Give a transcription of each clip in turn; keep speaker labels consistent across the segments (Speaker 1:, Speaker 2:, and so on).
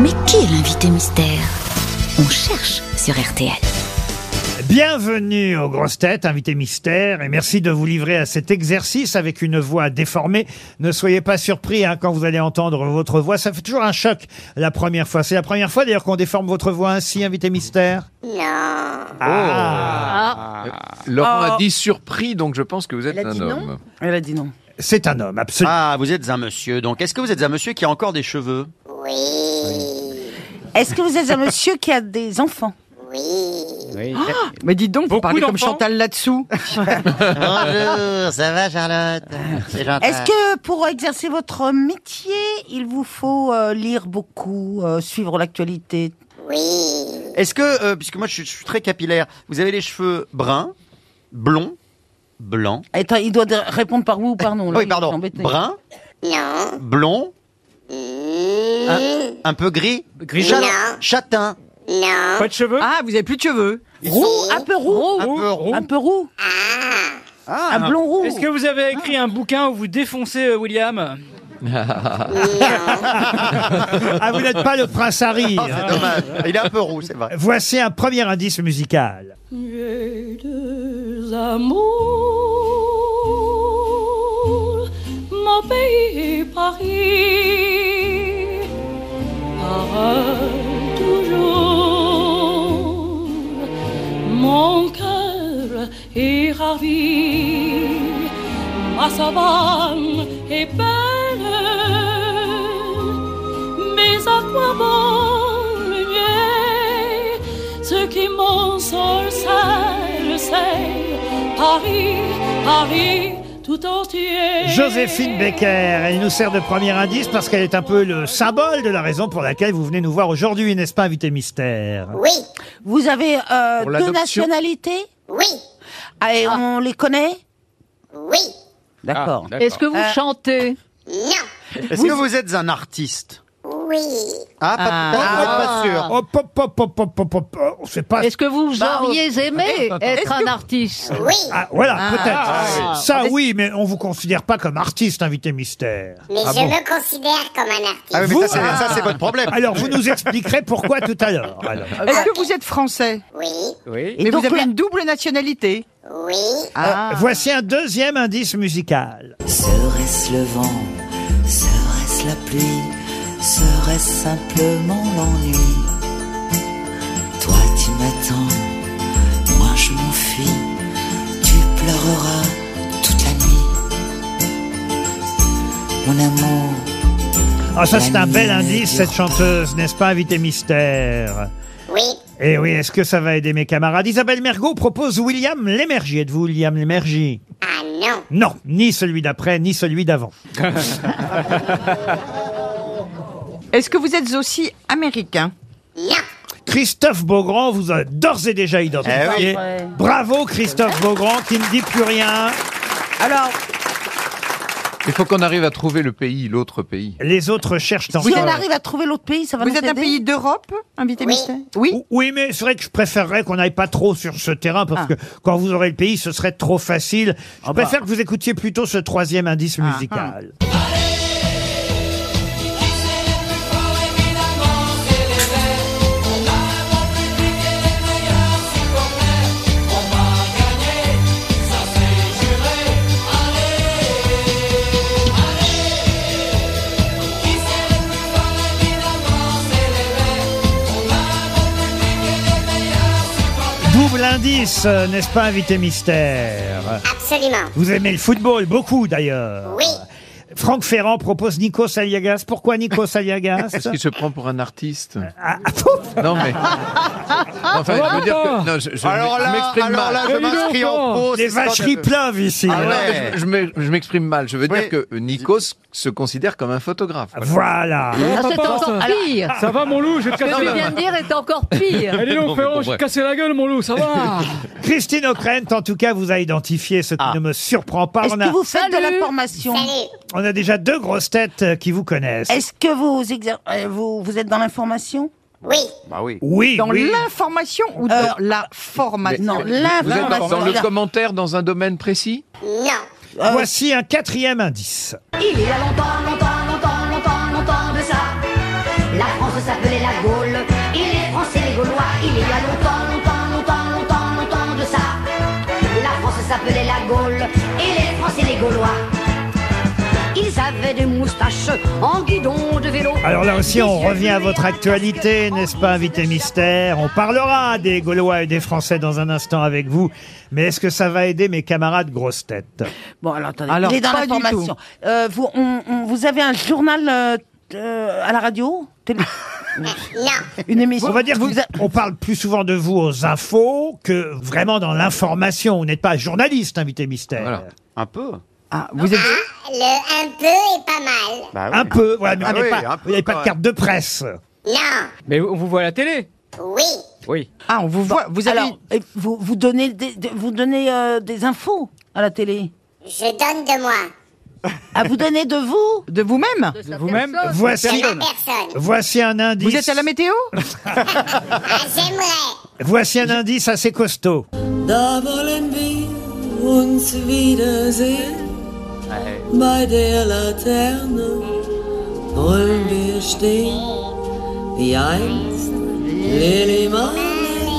Speaker 1: Mais qui est l'invité mystère On cherche sur RTL.
Speaker 2: Bienvenue aux grosses têtes, invité mystère, et merci de vous livrer à cet exercice avec une voix déformée. Ne soyez pas surpris hein, quand vous allez entendre votre voix, ça fait toujours un choc la première fois. C'est la première fois d'ailleurs qu'on déforme votre voix ainsi, invité mystère. Ah.
Speaker 3: Oh.
Speaker 4: Laurent
Speaker 5: Oh.
Speaker 4: a dit surpris, donc je pense que vous êtes
Speaker 5: Elle a
Speaker 4: un
Speaker 5: dit
Speaker 4: homme.
Speaker 5: non. Elle a dit non.
Speaker 2: C'est un homme, absolument.
Speaker 3: Ah, vous êtes un monsieur. Donc, est-ce que vous êtes un monsieur qui a encore des cheveux
Speaker 5: Est-ce que vous êtes un monsieur qui a des enfants
Speaker 6: Mais dites donc, vous parlez comme
Speaker 7: d'enfants
Speaker 6: Chantal là-dessous.
Speaker 3: Bonjour, ça va, Charlotte C'est gentil.
Speaker 5: Est-ce que pour exercer votre métier, il vous faut euh, lire beaucoup, euh, suivre l'actualité
Speaker 3: Est-ce que, euh, puisque moi je suis, je suis très capillaire, vous avez les cheveux bruns, blonds, blancs
Speaker 5: Attends, il doit de- répondre par oui ou par non.
Speaker 3: Ah
Speaker 5: là,
Speaker 3: Oui,
Speaker 5: il est
Speaker 3: pardon.
Speaker 5: embêté.
Speaker 3: Brun Blond un, un peu gris
Speaker 7: Gris
Speaker 3: Chat- Châtain
Speaker 7: Pas de cheveux
Speaker 6: Ah, vous avez plus de cheveux.
Speaker 5: Roux, un peu roux,
Speaker 3: Un peu roux
Speaker 5: un peu roux,
Speaker 3: Ah,
Speaker 5: un blond roux.
Speaker 7: Est-ce que vous avez écrit un bouquin où vous défoncez euh, William
Speaker 2: Ah, vous n'êtes pas le prince Harry.
Speaker 3: ah,
Speaker 2: hein.
Speaker 3: c'est dommage. Il est un peu roux, c'est vrai.
Speaker 2: Voici un premier indice musical.
Speaker 8: J'ai deux amours, mon pays et Paris, parle toujours, mon cœur est ravi, ma savane est belle, mais à quoi bon le nier Ce qui mon seul le sait Paris, Paris tout entier
Speaker 2: Joséphine Becker, elle nous sert de premier indice parce qu'elle est un peu le symbole de la raison pour laquelle vous venez nous voir aujourd'hui, n'est-ce pas, invité mystère
Speaker 5: Vous avez euh,
Speaker 4: Pour
Speaker 5: deux
Speaker 4: l'adoption.
Speaker 5: nationalités Oui. Ah, et on les connaît
Speaker 9: Oui.
Speaker 10: Ah,
Speaker 5: D'accord.
Speaker 6: Est-ce que vous chantez
Speaker 3: Est-ce que vous êtes un artiste
Speaker 9: Oui.
Speaker 3: Ah, pas, pas- pas- pas sûr.
Speaker 2: Oh, pop, pop, pop, pop, pop, pop, oh, on sait pas.
Speaker 6: Ah. Est-ce que vous auriez aimé être un artiste
Speaker 9: Oui.
Speaker 2: Ah, voilà,
Speaker 6: ah,
Speaker 2: peut-être.
Speaker 6: oui.
Speaker 2: Ça, oui, mais on vous considère pas comme artiste, invité mystère. Ah
Speaker 9: Mais je me considère comme un artiste.
Speaker 3: Ah oui, mais
Speaker 2: Vous- Ah,
Speaker 3: ça, c'est- ça, c'est votre problème.
Speaker 2: Alors, vous nous expliquerez pourquoi tout à l'heure. alors.
Speaker 6: Est-ce que vous êtes français
Speaker 9: Oui.
Speaker 6: Mais
Speaker 5: donc,
Speaker 6: vous avez
Speaker 5: la-
Speaker 6: une double nationalité.
Speaker 9: Oui.
Speaker 6: Ah.
Speaker 2: Voici un deuxième indice musical.
Speaker 11: Serait-ce le vent Serait-ce la pluie Serait-ce simplement l'ennui Toi tu m'attends, moi je m'enfuis, tu pleureras toute la nuit. Mon amour,
Speaker 2: Ah, ça, c'est un bel indice, cette chanteuse, n'est-ce pas, invité mystère
Speaker 9: Oui.
Speaker 2: Eh oui, est-ce que ça va aider mes camarades Isabelle Mergot propose William Lémergie. Êtes-vous William Lémergie
Speaker 9: Ah non.
Speaker 2: Non, ni celui d'après, ni celui d'avant.
Speaker 6: Est-ce que vous êtes aussi américain
Speaker 9: Non.
Speaker 2: Christophe Beaugrand vous a d'ores et déjà identifié.
Speaker 3: Eh
Speaker 5: oui.
Speaker 2: Bravo Christophe Beaugrand qui ne dit plus rien.
Speaker 5: Alors,
Speaker 4: Il faut qu'on arrive à trouver le pays, l'autre pays.
Speaker 2: Les autres cherchent en
Speaker 5: si on arrive à trouver l'autre pays, ça va
Speaker 6: Vous
Speaker 5: nous
Speaker 6: êtes un
Speaker 5: aider
Speaker 6: pays d'Europe, invité
Speaker 9: Oui.
Speaker 6: mystère Oui.
Speaker 2: Oui, mais c'est vrai que je préférerais qu'on n'aille pas trop sur ce terrain parce que quand vous aurez le pays, ce serait trop facile. Je préfère que vous écoutiez plutôt ce troisième indice musical. Double indice, euh, n'est-ce pas, invité mystère
Speaker 9: Absolument.
Speaker 2: Vous aimez le football, beaucoup d'ailleurs.
Speaker 9: Oui.
Speaker 2: Franck Ferrand propose Nico Saliagas. Pourquoi Nico Saliagas
Speaker 4: Est-ce qu'il se prend pour un artiste
Speaker 2: Ah,
Speaker 4: Non, mais. Enfin, je veux dire que. Non, je, je
Speaker 3: Alors
Speaker 4: m'ex- je
Speaker 3: là,
Speaker 4: m'exprime
Speaker 3: alors
Speaker 4: mal.
Speaker 3: là, je
Speaker 7: Eh, dis donc,
Speaker 3: m'inscris en
Speaker 7: Laurent.
Speaker 3: pause.
Speaker 2: Les
Speaker 3: c'est
Speaker 2: vacheries
Speaker 3: scandaleux.
Speaker 2: pleuvent ici.
Speaker 3: Ah
Speaker 4: Non,
Speaker 2: alors.
Speaker 3: ouais.
Speaker 4: mais je- je m'ex- Je m'exprime mal. Je veux
Speaker 3: Oui.
Speaker 4: dire que Nikos se considère comme un photographe. Voilà.
Speaker 2: Voilà.
Speaker 7: Ah,
Speaker 6: c'est encore pire.
Speaker 7: Ça va mon loup, je vais te
Speaker 6: Ce
Speaker 7: casser
Speaker 6: que
Speaker 7: la
Speaker 6: tu viens de dire est encore pire.
Speaker 7: Allez donc
Speaker 4: Non, mais
Speaker 7: Ferrand,
Speaker 4: pour
Speaker 7: je vais
Speaker 4: vrai.
Speaker 7: te casser la gueule mon loup, ça va
Speaker 2: Christine O'Krent, en tout cas, vous a identifié, ce qui
Speaker 3: Ah.
Speaker 2: ne me surprend pas.
Speaker 5: Est-ce
Speaker 2: On a,
Speaker 5: que vous faites de
Speaker 6: Salut.
Speaker 5: la formation
Speaker 9: Salut.
Speaker 2: on a déjà deux grosses têtes euh, qui vous connaissent.
Speaker 5: Est-ce que vous, exer- euh, vous, vous êtes dans l'information Euh,
Speaker 9: Oui.
Speaker 3: Bah oui.
Speaker 2: Oui,
Speaker 6: Dans
Speaker 2: oui.
Speaker 6: l'information ou dans la formation
Speaker 5: Non,
Speaker 4: Vous êtes dans,
Speaker 5: l'information.
Speaker 4: dans le commentaire dans un domaine précis
Speaker 9: Non.
Speaker 5: Euh.
Speaker 2: Voici un quatrième indice.
Speaker 9: Il y a longtemps, longtemps, longtemps, longtemps, longtemps de ça. La France s'appelait
Speaker 12: Gaulois. Ils avaient des moustaches en guidon de vélo.
Speaker 2: Alors là aussi, on revient à votre actualité, n'est-ce pas, invité mystère On parlera des Gaulois et des Français dans un instant avec vous. Mais est-ce que ça va aider mes camarades grosses têtes
Speaker 5: Bon, alors attendez,
Speaker 2: Alors,
Speaker 5: il est dans
Speaker 2: pas du
Speaker 5: l'information. Euh, vous, on- on- vous avez un journal euh, euh, à la radio Télé- Une émission.
Speaker 2: On va dire que vous- on parle plus souvent de vous aux infos que vraiment dans l'information. Vous n'êtes pas journaliste, invité mystère.
Speaker 3: Un peu.
Speaker 6: Ah,
Speaker 2: vous êtes
Speaker 9: hein, Le un peu est pas mal.
Speaker 3: Bah
Speaker 2: un peu. Voilà, mais
Speaker 7: Ah
Speaker 2: vous n'avez
Speaker 7: oui,
Speaker 2: pas,
Speaker 7: un peu Euh,
Speaker 2: vous n'avez pas
Speaker 7: quand
Speaker 2: de
Speaker 7: même.
Speaker 2: carte de presse.
Speaker 9: Non.
Speaker 7: Mais on vous voit à la télé
Speaker 9: Oui.
Speaker 7: Oui.
Speaker 5: Ah, on vous voit. Vous vous, donnez des, des- vous donnez euh, des infos à la télé.
Speaker 9: Je donne de moi.
Speaker 5: Ah, vous donnez de vous
Speaker 6: De vous-même
Speaker 5: De
Speaker 9: vous-même personne.
Speaker 2: Voici,
Speaker 9: De la personne.
Speaker 2: voici un indice.
Speaker 6: Vous êtes à la météo
Speaker 9: Ah, j'aimerais.
Speaker 2: Voici un indice assez costaud.
Speaker 13: Da wollen wir uns wiedersehen. Bei der Laterne wollen wir stehen. Wie einst Lili Marleen.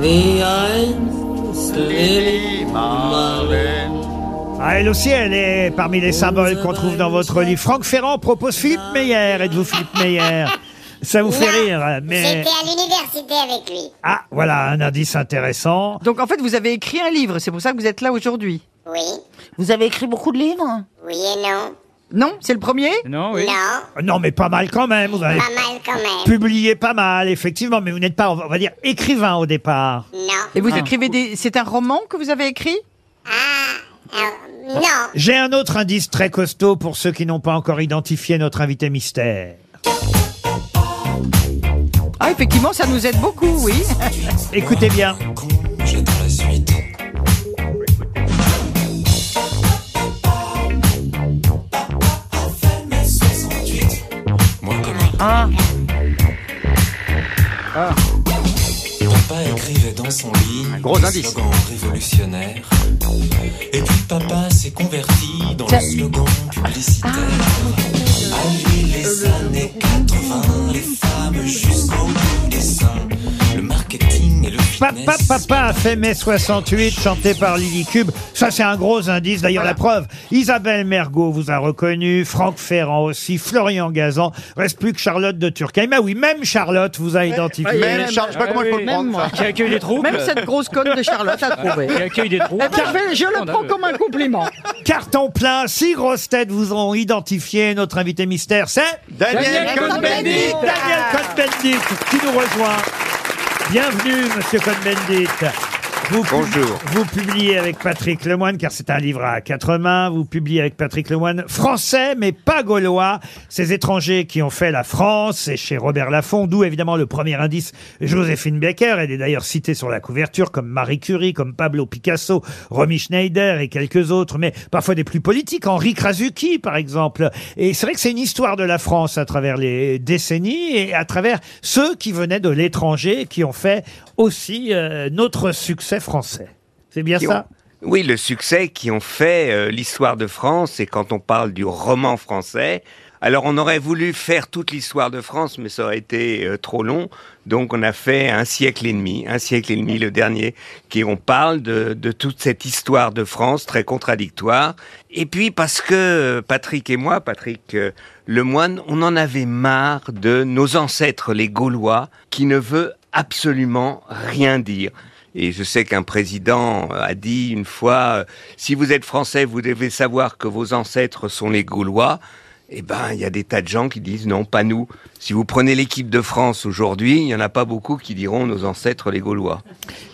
Speaker 13: Wie einst Lili Marleen.
Speaker 2: Ah, elle aussi, elle est parmi les symboles qu'on trouve dans votre livre. Franck Ferrand propose Philippe Meyer. Êtes-vous Philippe Meyer Ça vous fait
Speaker 9: Non.
Speaker 2: rire, mais
Speaker 9: J'étais à l'université avec lui.
Speaker 2: ah, voilà un indice intéressant.
Speaker 6: Donc en fait, vous avez écrit un livre, c'est pour ça que vous êtes là aujourd'hui.
Speaker 9: Oui.
Speaker 5: Vous avez écrit beaucoup de livres
Speaker 9: Oui et non.
Speaker 6: Non C'est le premier
Speaker 7: Non,
Speaker 9: oui. Non.
Speaker 2: Non, mais pas mal quand même. Vous
Speaker 9: Pas
Speaker 2: avez
Speaker 9: mal quand même.
Speaker 2: publié pas mal, effectivement, mais vous n'êtes pas, on va dire, écrivain au départ.
Speaker 9: Non.
Speaker 6: Et vous
Speaker 2: Ah.
Speaker 6: écrivez des... C'est un roman que vous avez écrit
Speaker 9: Non.
Speaker 2: J'ai un autre indice très costaud pour ceux qui n'ont pas encore identifié notre invité mystère.
Speaker 6: Ah, effectivement, ça nous aide beaucoup, oui.
Speaker 2: Écoutez bien.
Speaker 14: J'attends la suite. Moi comme
Speaker 5: Ah.
Speaker 14: Papa écrivait dans son lit un
Speaker 3: gros indice.
Speaker 14: slogan révolutionnaire. Et puis papa s'est converti dans le
Speaker 3: Ça-
Speaker 14: slogan publicitaire. À lui les années 80, les femmes jusqu'au bout des seins. Le marketing et le
Speaker 2: Papa, papa a fait mai 68, chanté par Lily Cube. Ça, c'est un gros indice. D'ailleurs, la preuve, Isabelle Mergot vous a reconnu, Franck Ferrand aussi, Florian Gazan. Reste plus que Charlotte de Turckheim. Ah oui, même Charlotte vous a identifié.
Speaker 7: Qui accueille des troupes.
Speaker 6: Même cette grosse conne de Charlotte a trouvé.
Speaker 7: Qui accueille des troupes.
Speaker 6: Eh ben, je, vais- je le prends comme un compliment.
Speaker 2: Carton plein, six grosses têtes vous ont identifié. Notre invité mystère, c'est
Speaker 3: Daniel Cohn-Bendit.
Speaker 2: Daniel Cohn-Bendit qui nous rejoint. Bienvenue, Monsieur Cohn-Bendit. Vous pub-
Speaker 3: Bonjour.
Speaker 2: Vous publiez avec Patrick Lemoine, car c'est un livre à quatre mains. Vous publiez avec Patrick Lemoine, français mais pas gaulois. Ces étrangers qui ont fait la France, c'est chez Robert Laffont, d'où évidemment le premier indice, Joséphine Baker. Elle est d'ailleurs citée sur la couverture comme Marie Curie, comme Pablo Picasso, Romy Schneider et quelques autres, mais parfois des plus politiques, Henri Krasuki par exemple. Et c'est vrai que c'est une histoire de la France à travers les décennies et à travers ceux qui venaient de l'étranger, qui ont fait aussi euh, notre succès français. C'est bien
Speaker 10: Qui
Speaker 2: ça
Speaker 10: ont- Oui, le succès qui ont fait euh, l'histoire de France, et quand on parle du roman français, alors on aurait voulu faire toute l'histoire de France, mais ça aurait été euh, trop long, donc on a fait un siècle et demi, un siècle et demi le dernier, qui on parle de, de toute cette histoire de France très contradictoire, et puis parce que euh, Patrick et moi, Patrick euh, Lemoine, on en avait marre de nos ancêtres, les Gaulois, qui ne veulent absolument rien dire. Et je sais qu'un président a dit une fois, euh, si vous êtes français, vous devez savoir que vos ancêtres sont les Gaulois. Eh ben, il y a des tas de gens qui disent non, pas nous. Si vous prenez l'équipe de France aujourd'hui, il n'y en a pas beaucoup qui diront nos ancêtres les Gaulois.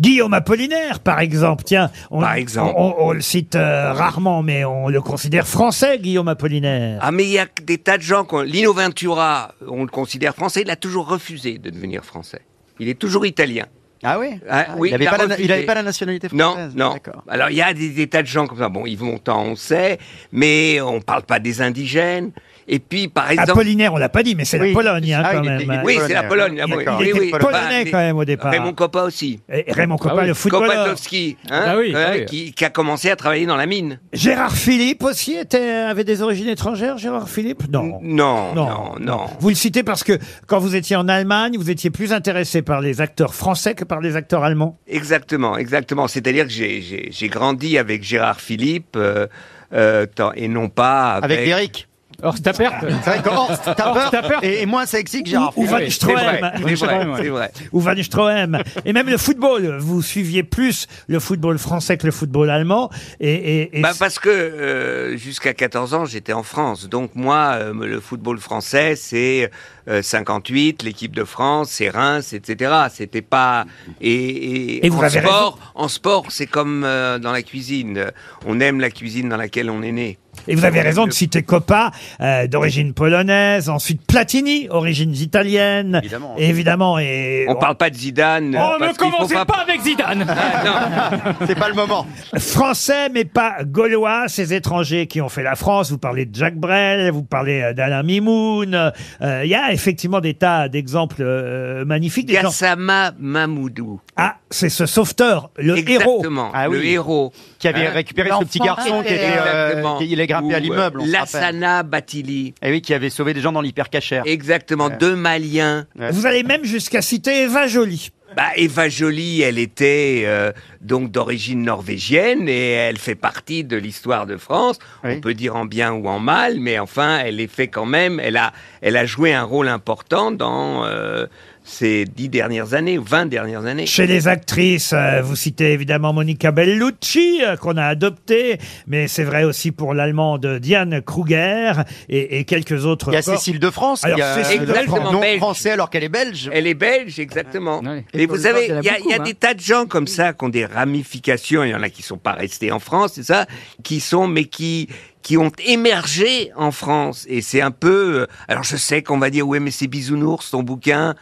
Speaker 2: Guillaume Apollinaire, par exemple. Tiens, on,
Speaker 10: exemple.
Speaker 2: on- on le cite euh, rarement, mais on le considère français, Guillaume Apollinaire.
Speaker 10: Ah, mais il y a des tas de gens. qui ont- Lino Ventura, on le considère français, il a toujours refusé de devenir français. Il est toujours italien.
Speaker 3: Ah oui
Speaker 10: Ah, oui,
Speaker 3: Il n'avait
Speaker 10: il a
Speaker 3: pas, la-
Speaker 10: refusé.
Speaker 3: il avait pas la nationalité française.
Speaker 10: Non, non. Alors il y a des, des tas de gens comme ça. Bon, Yves Montand, on sait, mais on parle pas des indigènes. Et puis, par
Speaker 2: Ah,
Speaker 10: exemple.
Speaker 2: Apollinaire, on l'a pas dit, mais c'est la Pologne, hein,
Speaker 3: Ah,
Speaker 2: quand même. hein.
Speaker 10: Oui, c'est la Pologne. ah bon,
Speaker 2: Il
Speaker 10: oui,
Speaker 2: était
Speaker 10: oui,
Speaker 2: polonais,
Speaker 10: bah,
Speaker 2: quand même, au départ.
Speaker 10: Raymond Coppa aussi.
Speaker 2: Et Raymond Coppa, le footballeur.
Speaker 10: Kopatowski, hein,
Speaker 2: Ah oui,
Speaker 10: hein,
Speaker 2: ah oui.
Speaker 10: Qui, qui a commencé à travailler dans la mine.
Speaker 2: Gérard Philippe aussi était, avait des origines étrangères, Gérard Philippe Non.
Speaker 10: Non, non, non.
Speaker 2: Vous le citez parce que quand vous étiez en Allemagne, vous étiez plus intéressé par les acteurs français que par les acteurs allemands.
Speaker 10: Exactement, exactement. C'est-à-dire que j'ai- j'ai j'ai grandi avec Gérard Philippe euh, euh, tant- et non pas avec...
Speaker 3: Avec Derrick.
Speaker 10: Horst Tappert
Speaker 3: C'est vrai que Horst Tappert est, est moins sexy que Gérard.
Speaker 2: Ou Van
Speaker 3: Philippe.
Speaker 2: Stroheim.
Speaker 10: c'est vrai, c'est vrai.
Speaker 2: Ou Van Stroheim. Et même le football. Vous suiviez plus le football français que le football allemand. Et, et- et
Speaker 10: Bah, parce que euh, jusqu'à 14 ans, j'étais en France. Donc moi, euh, le football français, c'est euh, 58, l'équipe de France, c'est Reims, etc. C'était pas et, et,
Speaker 2: Et vous
Speaker 10: en,
Speaker 2: avez
Speaker 10: sport, en sport, c'est comme euh, dans la cuisine. On aime la cuisine dans laquelle on est né.
Speaker 2: Et vous avez
Speaker 10: On aime
Speaker 2: raison
Speaker 10: le
Speaker 2: de citer Coppa, euh, d'origine polonaise, ensuite Platini, origines italiennes.
Speaker 10: Évidemment.
Speaker 2: Évidemment. Et
Speaker 10: On parle pas de Zidane.
Speaker 3: Oh,
Speaker 2: On ne
Speaker 10: parce qu'il faut Ah,
Speaker 2: commencez
Speaker 7: pas avec Zidane.
Speaker 3: C'est pas le moment.
Speaker 2: Français, mais pas gaulois, ces étrangers qui ont fait la France. Vous parlez de Jacques Brel, vous parlez euh, d'Alain Mimoun. Euh, Il y a effectivement des tas d'exemples euh, magnifiques. des gens-
Speaker 10: Gassama Mamoudou.
Speaker 2: Ah, c'est ce sauveteur, le héros.
Speaker 10: Exactement.
Speaker 3: Ah
Speaker 10: Le héros.
Speaker 3: Qui
Speaker 2: Hein
Speaker 3: avait récupéré ce petit garçon qui était, euh, qui- il est grimpé à l'immeuble,
Speaker 10: euh,
Speaker 3: on se
Speaker 10: Lassana Batili.
Speaker 3: Et oui, qui avait sauvé des gens dans l'hypercachère.
Speaker 10: Exactement, deux Maliens.
Speaker 2: Vous allez même jusqu'à citer Eva Jolie.
Speaker 10: Bah, Eva Jolie, elle était euh, donc d'origine norvégienne et elle fait partie de l'histoire de France. On peut dire en bien ou en mal, mais enfin, elle est fait quand même. Elle a, elle a joué un rôle important dans euh, ces dix dernières années, 20 dernières années.
Speaker 2: Chez les actrices, euh, vous citez évidemment Monica Bellucci, euh, qu'on a adoptée, mais c'est vrai aussi pour l'allemande Diane Kruger et, et quelques autres.
Speaker 3: Il y a
Speaker 2: encore.
Speaker 3: Cécile de France.
Speaker 2: Alors,
Speaker 3: il y a
Speaker 2: Cécile de
Speaker 3: exactement
Speaker 2: France.
Speaker 3: non français alors qu'elle est belge.
Speaker 10: Elle est belge, exactement.
Speaker 3: Et
Speaker 10: Et vous
Speaker 3: pour le
Speaker 10: savez,
Speaker 3: sport, il y
Speaker 10: il y
Speaker 3: en
Speaker 10: a,
Speaker 3: a
Speaker 10: il y a
Speaker 3: beaucoup, hein.
Speaker 10: des tas de gens comme ça qui ont des ramifications. Il y en a qui sont pas restés en France, c'est ça, qui sont, mais qui qui ont émergé en France. Et c'est un peu. euh, Alors je sais qu'on va dire ouais, mais c'est bisounours ton bouquin.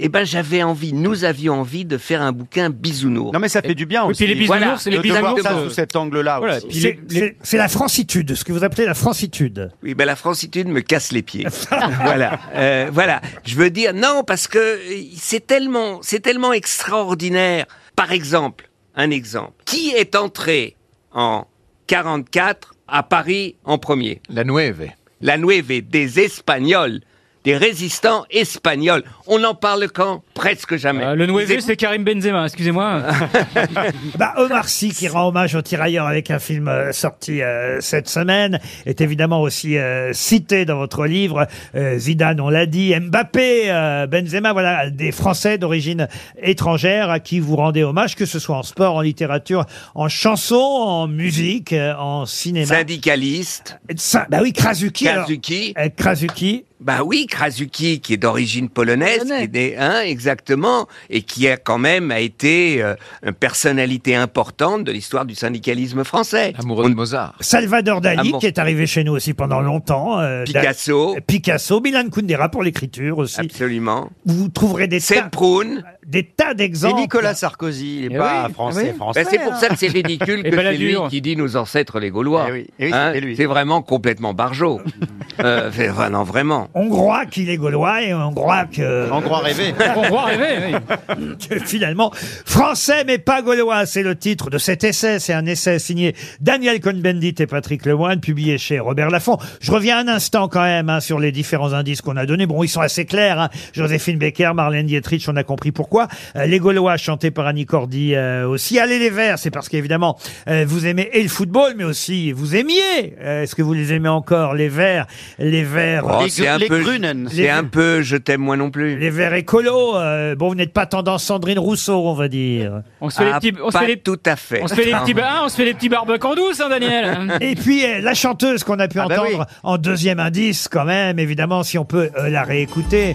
Speaker 10: Eh ben j'avais envie, nous avions envie de faire un bouquin bisounours.
Speaker 3: Non mais ça fait du bien aussi.
Speaker 10: Voilà.
Speaker 3: de- de voir ça
Speaker 2: euh,
Speaker 3: sous cet angle-là
Speaker 10: Voilà,
Speaker 3: aussi.
Speaker 10: puis les-
Speaker 2: C'est- c'est- C'est la francitude, ce que vous appelez la francitude.
Speaker 10: Oui, ben la francitude me casse les pieds. voilà, euh, voilà. Je veux dire non parce que euh, c'est tellement, c'est tellement extraordinaire. Par exemple, un exemple. Qui est entré en 44 à Paris en premier La Nueve. La Nueve des Espagnols, des résistants espagnols. On en parle quand Presque jamais.
Speaker 7: Euh, Le Nueve,
Speaker 10: Vous
Speaker 7: c'est Karim Benzema, excusez-moi.
Speaker 2: Bah, Omar Sy, qui rend hommage au tirailleur avec un film euh, sorti euh, cette semaine, est évidemment aussi euh, cité dans votre livre. Euh, Zidane, on l'a dit, Mbappé, euh, Benzema, voilà, des Français d'origine étrangère à qui vous rendez hommage, que ce soit en sport, en littérature, en chanson, en musique, euh, en cinéma.
Speaker 10: Syndicaliste.
Speaker 2: Syn- bah oui, Krasuki. alors.
Speaker 10: Krasuki.
Speaker 2: Euh, Krasuki.
Speaker 10: Bah oui, Krasuki, qui est d'origine polonaise, qui
Speaker 2: Polonais.
Speaker 10: est né, hein, exactement, et qui a quand même a été euh, une personnalité importante de l'histoire du syndicalisme français.
Speaker 7: Ah, bah,
Speaker 10: Amoureux de Mozart.
Speaker 2: Salvador Dali,
Speaker 10: Amour.
Speaker 2: qui est arrivé chez nous aussi pendant longtemps. euh,
Speaker 10: Picasso.
Speaker 2: Da- Picasso, Milan Kundera pour l'écriture aussi.
Speaker 10: Absolument.
Speaker 2: Vous trouverez des tas, des tas
Speaker 3: Et
Speaker 2: d'exemples.
Speaker 3: Nicolas Sarkozy, il n'est
Speaker 2: Eh
Speaker 3: pas
Speaker 2: oui,
Speaker 3: français,
Speaker 2: eh oui.
Speaker 3: français.
Speaker 2: Ben, c'est pour
Speaker 3: hein.
Speaker 10: Ça, Bah, c'est ridicule
Speaker 3: Et
Speaker 10: que c'est lui
Speaker 3: Balladur.
Speaker 10: qui dit nos ancêtres les Gaulois.
Speaker 7: Eh
Speaker 3: oui,
Speaker 10: Hein,
Speaker 3: c'était lui.
Speaker 10: c'est vraiment complètement
Speaker 7: Ah
Speaker 10: barjot. euh, c'est- enfin, non, vraiment.
Speaker 2: Hongrois qu'il est gaulois et hongrois que.
Speaker 10: Hongrois rêvé. Hongrois rêvé,
Speaker 2: Que finalement, français mais pas gaulois, c'est le titre de cet essai. C'est un essai signé Daniel Cohn-Bendit et Patrick Lemoine, publié chez Robert Laffont. Je reviens un instant quand même hein, sur les différents indices qu'on a donnés. Bon, ils sont assez clairs. hein. Joséphine Baker, Marlène Dietrich, on a compris pourquoi. Euh, les Gaulois, chantés par Annie Cordy euh, aussi. Allez les Verts, c'est parce qu'évidemment, euh, vous aimez et le football, mais aussi vous aimiez. euh, Est-ce que vous les aimez encore, les Verts Les Verts.
Speaker 10: Oh, c'est un, peu- c'est un peu je t'aime moi non plus.
Speaker 2: Les verts écolos, euh, bon, vous n'êtes pas tendance Sandrine Rousseau, on va dire.
Speaker 7: On se fait les petits- on se fait les-
Speaker 10: Ah, tout Ah. à fait.
Speaker 7: On se fait les petits ba- hein, on se fait les petits barbecues en douce, hein, Daniel.
Speaker 2: Et puis, euh, la chanteuse qu'on
Speaker 3: Ah
Speaker 2: a pu
Speaker 7: bah
Speaker 2: entendre en deuxième indice, quand même, évidemment, si on peut euh, la réécouter.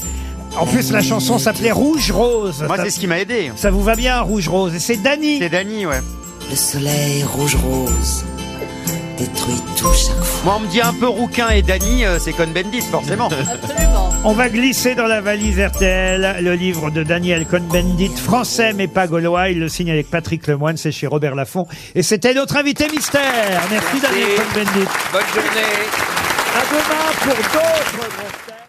Speaker 2: En plus, la chanson s'appelait Rouge Rose.
Speaker 3: Moi,
Speaker 2: Ça-
Speaker 3: c'est ce qui m'a aidé.
Speaker 2: Ça vous va bien, Rouge Rose Et c'est Dany
Speaker 3: C'est Dany, ouais.
Speaker 11: Le soleil rouge-rose détruit tout chaque fois.
Speaker 3: Moi, on me dit un peu rouquin et Dany, euh, c'est Cohn-Bendit, forcément.
Speaker 2: On va glisser dans la valise RTL le livre de Daniel Cohn-Bendit, français mais pas gaulois. Il le signe avec Patrick Lemoine, c'est chez Robert Laffont. Et c'était notre invité mystère. Merci, Daniel Cohn-Bendit.
Speaker 10: Bonne journée.
Speaker 2: À demain pour d'autres grosses